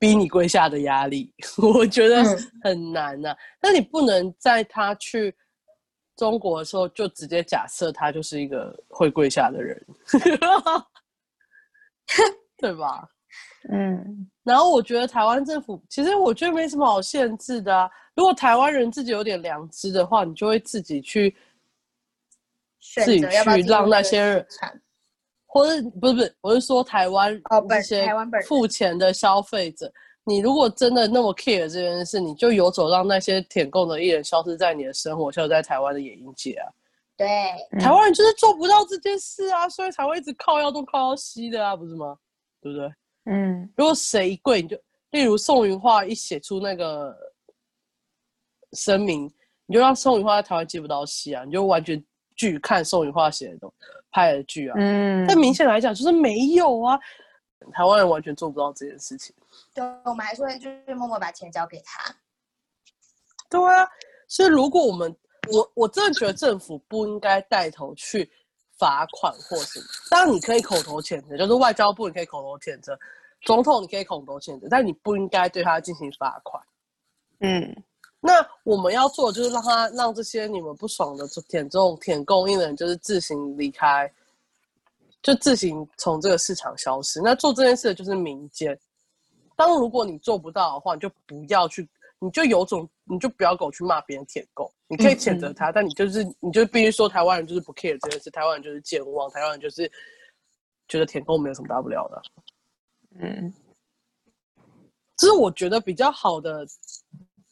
[SPEAKER 3] 逼你跪下的压力， 我觉得
[SPEAKER 1] 嗯
[SPEAKER 3] 很难呐、那你不能在他去中国的时候就直接假设他就是一个会跪下的人， 对吧？
[SPEAKER 2] 嗯
[SPEAKER 3] 然后我觉得台湾政府其实我觉得没什么好限制的啊。如果台湾人自己有点良知的话，你就会自己去，
[SPEAKER 1] 选
[SPEAKER 3] 自己
[SPEAKER 1] 择要不要
[SPEAKER 3] 去
[SPEAKER 1] 进入
[SPEAKER 3] 让
[SPEAKER 1] 这
[SPEAKER 3] 那
[SPEAKER 1] 个
[SPEAKER 3] 些人
[SPEAKER 1] 市场
[SPEAKER 3] 或是不是不是，我是说台湾
[SPEAKER 1] 哦本
[SPEAKER 3] 这些
[SPEAKER 1] 台湾本人
[SPEAKER 3] 付钱的消费者，你如果真的那么 care 这件事，你就游走让那些舔共的艺人消失在你的生活，消失在台湾的演艺界啊。
[SPEAKER 1] 对，
[SPEAKER 2] 嗯
[SPEAKER 3] 台湾人就是做不到这件事啊，所以才会一直靠腰东靠腰西的啊，不是吗？对不对？
[SPEAKER 2] 嗯
[SPEAKER 3] 如果谁一跪，你就例如宋云画一写出那个声明，你就让宋云画在台湾接不到戏啊，你就完全拒看宋云画写的东拍的剧啊。
[SPEAKER 2] 嗯，
[SPEAKER 3] 但明显来讲，就是没有啊，台湾人完全做不到这件事情。
[SPEAKER 4] 对，我们还是会就是默默把钱交给他。
[SPEAKER 3] 对啊，所以如果我们，我我真的觉得政府不应该带头去罚款或什么。当然你可以口头谴责，就是外交部你可以口头谴责，总统你可以口头谴责，但你不应该对他进行罚款。
[SPEAKER 2] 嗯
[SPEAKER 3] 那我们要做的就是让他让这些你们不爽的就舔这种舔供应人，就是自行离开，就自行从这个市场消失。那做这件事的就是民间，当如果你做不到的话，你就不要去，你就有种，你就不要狗去骂别人舔狗，你可以谴责他，但你就是你就必须说台湾人就是不 care 这件事，台湾人就是健忘，台湾人就是觉得舔狗没有什么大不了的。啊
[SPEAKER 2] 嗯，
[SPEAKER 3] 这是我觉得比较好的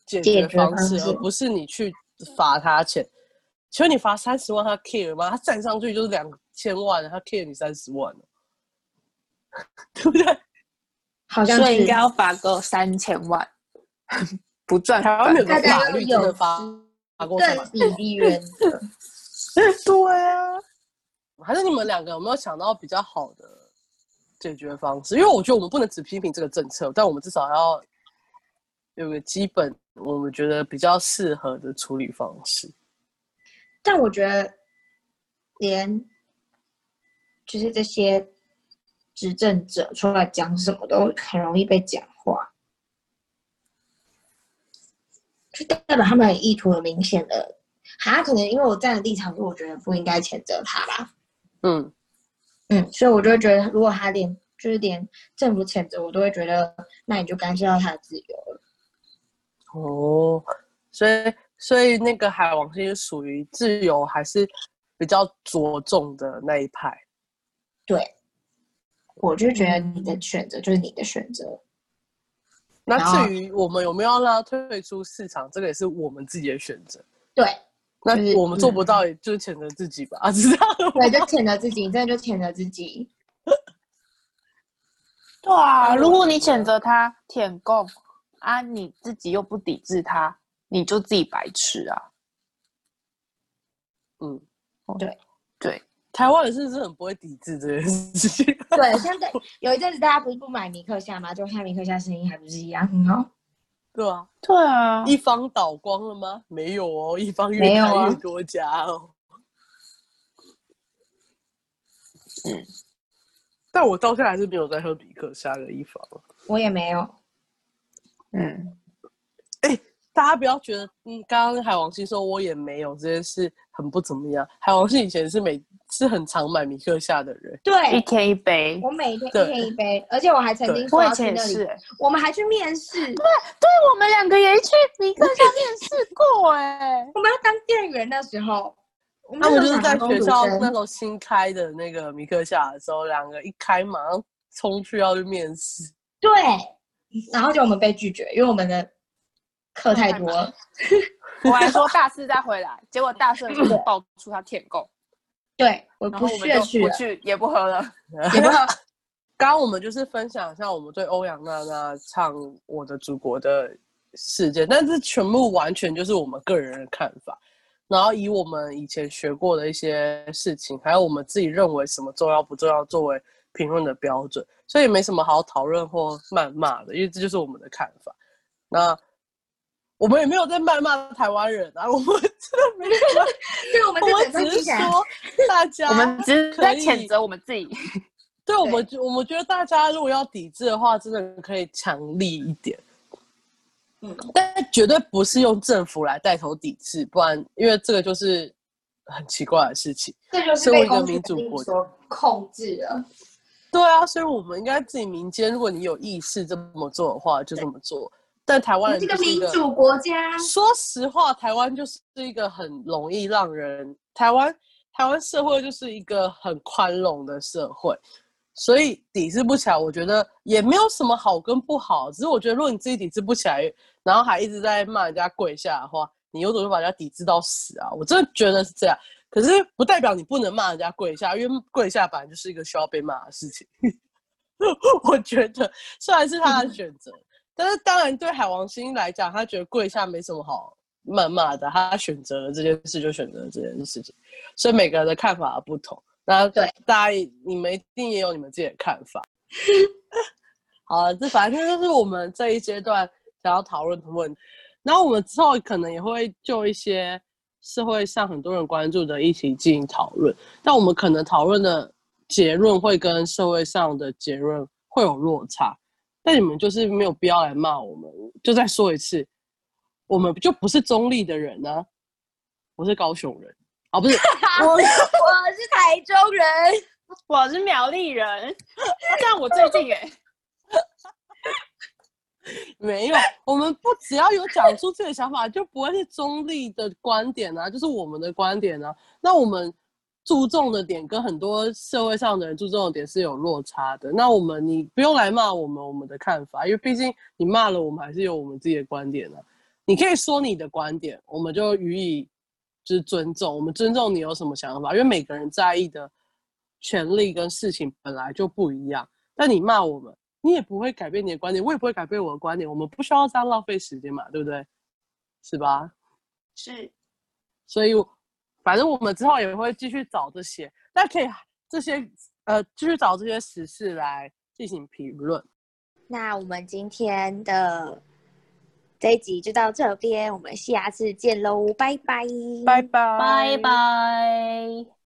[SPEAKER 3] 解
[SPEAKER 1] 解
[SPEAKER 3] 决
[SPEAKER 1] 决
[SPEAKER 3] 方
[SPEAKER 1] 方
[SPEAKER 3] 式，
[SPEAKER 1] 式
[SPEAKER 3] 而不是你去罚他钱。请问你罚三十万，他 care 吗？他站上去就是两千万，他 care 你三十万哦， 对不对？
[SPEAKER 1] 好像
[SPEAKER 2] 所以
[SPEAKER 1] 是
[SPEAKER 2] 应该要罚个三千万， 不赚
[SPEAKER 3] 台湾没有
[SPEAKER 4] 大
[SPEAKER 3] 个
[SPEAKER 4] 家
[SPEAKER 3] 法
[SPEAKER 4] 要
[SPEAKER 3] 律真的
[SPEAKER 4] 有
[SPEAKER 3] 罚罚过什么
[SPEAKER 4] 更？比例原则。
[SPEAKER 3] 对啊，还是你们两个有没有想到比较好的解决方式？因为我觉得我们不能只批评这个政策，但我们至少要有个基本，我们觉得比较适合的处理方式。
[SPEAKER 4] 但我觉得，连就是这些执政者出来讲什么，都很容易被讲化，就代表他们的意图很明显的。哈，可能因为我站的立场是，我觉得不应该谴责他啦。
[SPEAKER 3] 嗯，
[SPEAKER 4] 嗯，所以我就会觉得，如果他连就是连政府谴责我，都会觉得，那你就干涉到他的自由了。
[SPEAKER 3] 哦，所以所以那个海王星是属于自由还是比较着重的那一派？
[SPEAKER 4] 对，我就觉得你的选择就是你的选择。
[SPEAKER 3] 那
[SPEAKER 4] 然后
[SPEAKER 3] 至于我们有没有让他退出市场，这个也是我们自己的选择。
[SPEAKER 4] 对，
[SPEAKER 3] 那
[SPEAKER 4] 就是嗯
[SPEAKER 3] 我们做不到，也就是谴责自己吧， 啊，知道了吗
[SPEAKER 4] 对，就谴责自己，真的就谴责自己。
[SPEAKER 2] 对啊，
[SPEAKER 3] 嗯
[SPEAKER 2] 如果你谴责他舔供啊，你自己又不抵制他，你就自己白痴啊！
[SPEAKER 3] 嗯，
[SPEAKER 2] 对，
[SPEAKER 3] 台湾人是不是很不会抵制这件事情？
[SPEAKER 4] 对，像在有一阵子大家不是不买米克夏吗？就看米克夏生意还不是一样很好。
[SPEAKER 3] 对啊，
[SPEAKER 2] 对啊，
[SPEAKER 3] 一方倒光了吗？没有哦，一方越
[SPEAKER 4] 没有
[SPEAKER 3] 开
[SPEAKER 4] 啊
[SPEAKER 3] 越多家哦。
[SPEAKER 2] 嗯，
[SPEAKER 3] 但我到现在还是没有在喝比克夏的一方。啊
[SPEAKER 4] 我也没有，
[SPEAKER 2] 嗯，
[SPEAKER 3] 大家不要觉得，嗯，刚刚海王星说我也没有这件事很不怎么样。海王星以前是每是很常买米克夏的人，
[SPEAKER 2] 一
[SPEAKER 4] 对
[SPEAKER 2] 天一杯。
[SPEAKER 4] 我每天一
[SPEAKER 3] 对
[SPEAKER 4] 天一杯，而且我还曾经
[SPEAKER 3] 对
[SPEAKER 4] 说
[SPEAKER 2] 我以
[SPEAKER 4] 要去
[SPEAKER 2] 前也
[SPEAKER 4] 那里
[SPEAKER 2] 是、欸，
[SPEAKER 4] 我们还去面试，
[SPEAKER 2] 对我们两个也去米克夏面试过哎、
[SPEAKER 4] 我们要当店员的时候，我们
[SPEAKER 3] 他们就是
[SPEAKER 4] 那
[SPEAKER 3] 在
[SPEAKER 4] 时候
[SPEAKER 3] 学
[SPEAKER 4] 打
[SPEAKER 3] 校
[SPEAKER 4] 工读
[SPEAKER 3] 那
[SPEAKER 4] 生
[SPEAKER 3] 时候新开的那个米克夏的时候，两个一开马上冲去要去面试。
[SPEAKER 4] 对，然后就我们被拒绝，因为我们的课太多了。
[SPEAKER 2] 我还说大四再回 来，结果大四就是爆出他舔供，
[SPEAKER 4] 对，我
[SPEAKER 2] 然
[SPEAKER 4] 不
[SPEAKER 2] 后我们
[SPEAKER 4] 屑
[SPEAKER 2] 就
[SPEAKER 4] 去
[SPEAKER 2] 不
[SPEAKER 4] 了，
[SPEAKER 2] 去啊也不喝了。
[SPEAKER 4] 也不
[SPEAKER 3] 刚刚我们就是分享一下我们对欧阳娜娜唱《我的祖国》的事件，但是全部完全就是我们个人的看法，然后以我们以前学过的一些事情，还有我们自己认为什么重要不重要作为评论的标准，所以没什么好讨论或谩骂的，因为这就是我们的看法。那我们也没有在谩骂台湾人啊，我们真的没有，
[SPEAKER 4] 对， 我们
[SPEAKER 3] 我
[SPEAKER 4] 这
[SPEAKER 3] 们
[SPEAKER 4] 整个
[SPEAKER 3] 只
[SPEAKER 4] 听
[SPEAKER 3] 是
[SPEAKER 4] 起来
[SPEAKER 3] 说大家
[SPEAKER 2] 我 们只是在
[SPEAKER 3] 可以
[SPEAKER 2] 谴责我们自己。
[SPEAKER 3] 对，我们觉我们觉得大家如果要抵制的话，真的可以强力一点。
[SPEAKER 4] 嗯
[SPEAKER 3] 但绝对不是用政府来带头抵制，不然因为这个就是很奇怪的事情。
[SPEAKER 4] 这就是
[SPEAKER 3] 身为
[SPEAKER 4] 被
[SPEAKER 3] 一个
[SPEAKER 4] 公
[SPEAKER 3] 民
[SPEAKER 4] 权
[SPEAKER 3] 主
[SPEAKER 4] 力
[SPEAKER 3] 国家
[SPEAKER 4] 所控制了。
[SPEAKER 3] 对啊，所以我们应该自己民间，如果你有意识这么做的话，就这么做。但台
[SPEAKER 4] 我
[SPEAKER 3] 湾
[SPEAKER 4] 们
[SPEAKER 3] 人
[SPEAKER 4] 是
[SPEAKER 3] 就
[SPEAKER 4] 个
[SPEAKER 3] 是一
[SPEAKER 4] 民
[SPEAKER 3] 个
[SPEAKER 4] 主国家，
[SPEAKER 3] 说实话，台湾就是一个很容易让人台湾台湾社会就是一个很宽容的社会，所以抵制不起来，我觉得也没有什么好跟不好。只是我觉得，如果你自己抵制不起来，然后还一直在骂人家跪下的话，你有种就把人家抵制到死啊！我真的觉得是这样。可是不代表你不能骂人家跪下，因为跪下本来就是一个需要被骂的事情。 我觉得虽然是他的选择，但是当然，对海王星来讲，他觉得跪下没什么好谩骂的，他选择了这件事就选择了这件事情，所以每个人的看法不同。那
[SPEAKER 4] 对
[SPEAKER 3] 大家也你们一定也有你们自己的看法。 好了，这反正就是我们这一阶段想要讨论的问题。然后我们之后可能也会就一些社会上很多人关注的议题进行讨论，但我们可能讨论的结论会跟社会上的结论会有落差。但你们就是没有必要来骂我们。就再说一次，我们就不是中立的人呢、我是高雄人啊，不是我
[SPEAKER 4] 我是台中人，
[SPEAKER 2] 我是苗栗人，但我最近哎、
[SPEAKER 3] 没有，我们不只要有讲出自己的想法，就不会是中立的观点啊，就是我们的观点啊。那我们注重的点跟很多社会上的人注重的点是有落差的。那我们你不用来骂我们我们的看法，因为毕竟你骂了我们还是有我们自己的观点啊。你可以说你的观点，我们就予以就是尊重，我们尊重你有什么想法，因为每个人在意的权利跟事情本来就不一样。但你骂我们，你也不会改变你的观点，我也不会改变我的观点，我们不需要这样浪费时间嘛，对不对？是吧？
[SPEAKER 4] 是
[SPEAKER 3] 所以我，反正我们之后也会继续找这些，但可以这些呃继续找这些时事来进行评论。
[SPEAKER 4] 那我们今天的这一集就到这边，我们下次见喽，拜拜，
[SPEAKER 3] 拜拜，
[SPEAKER 2] 拜拜。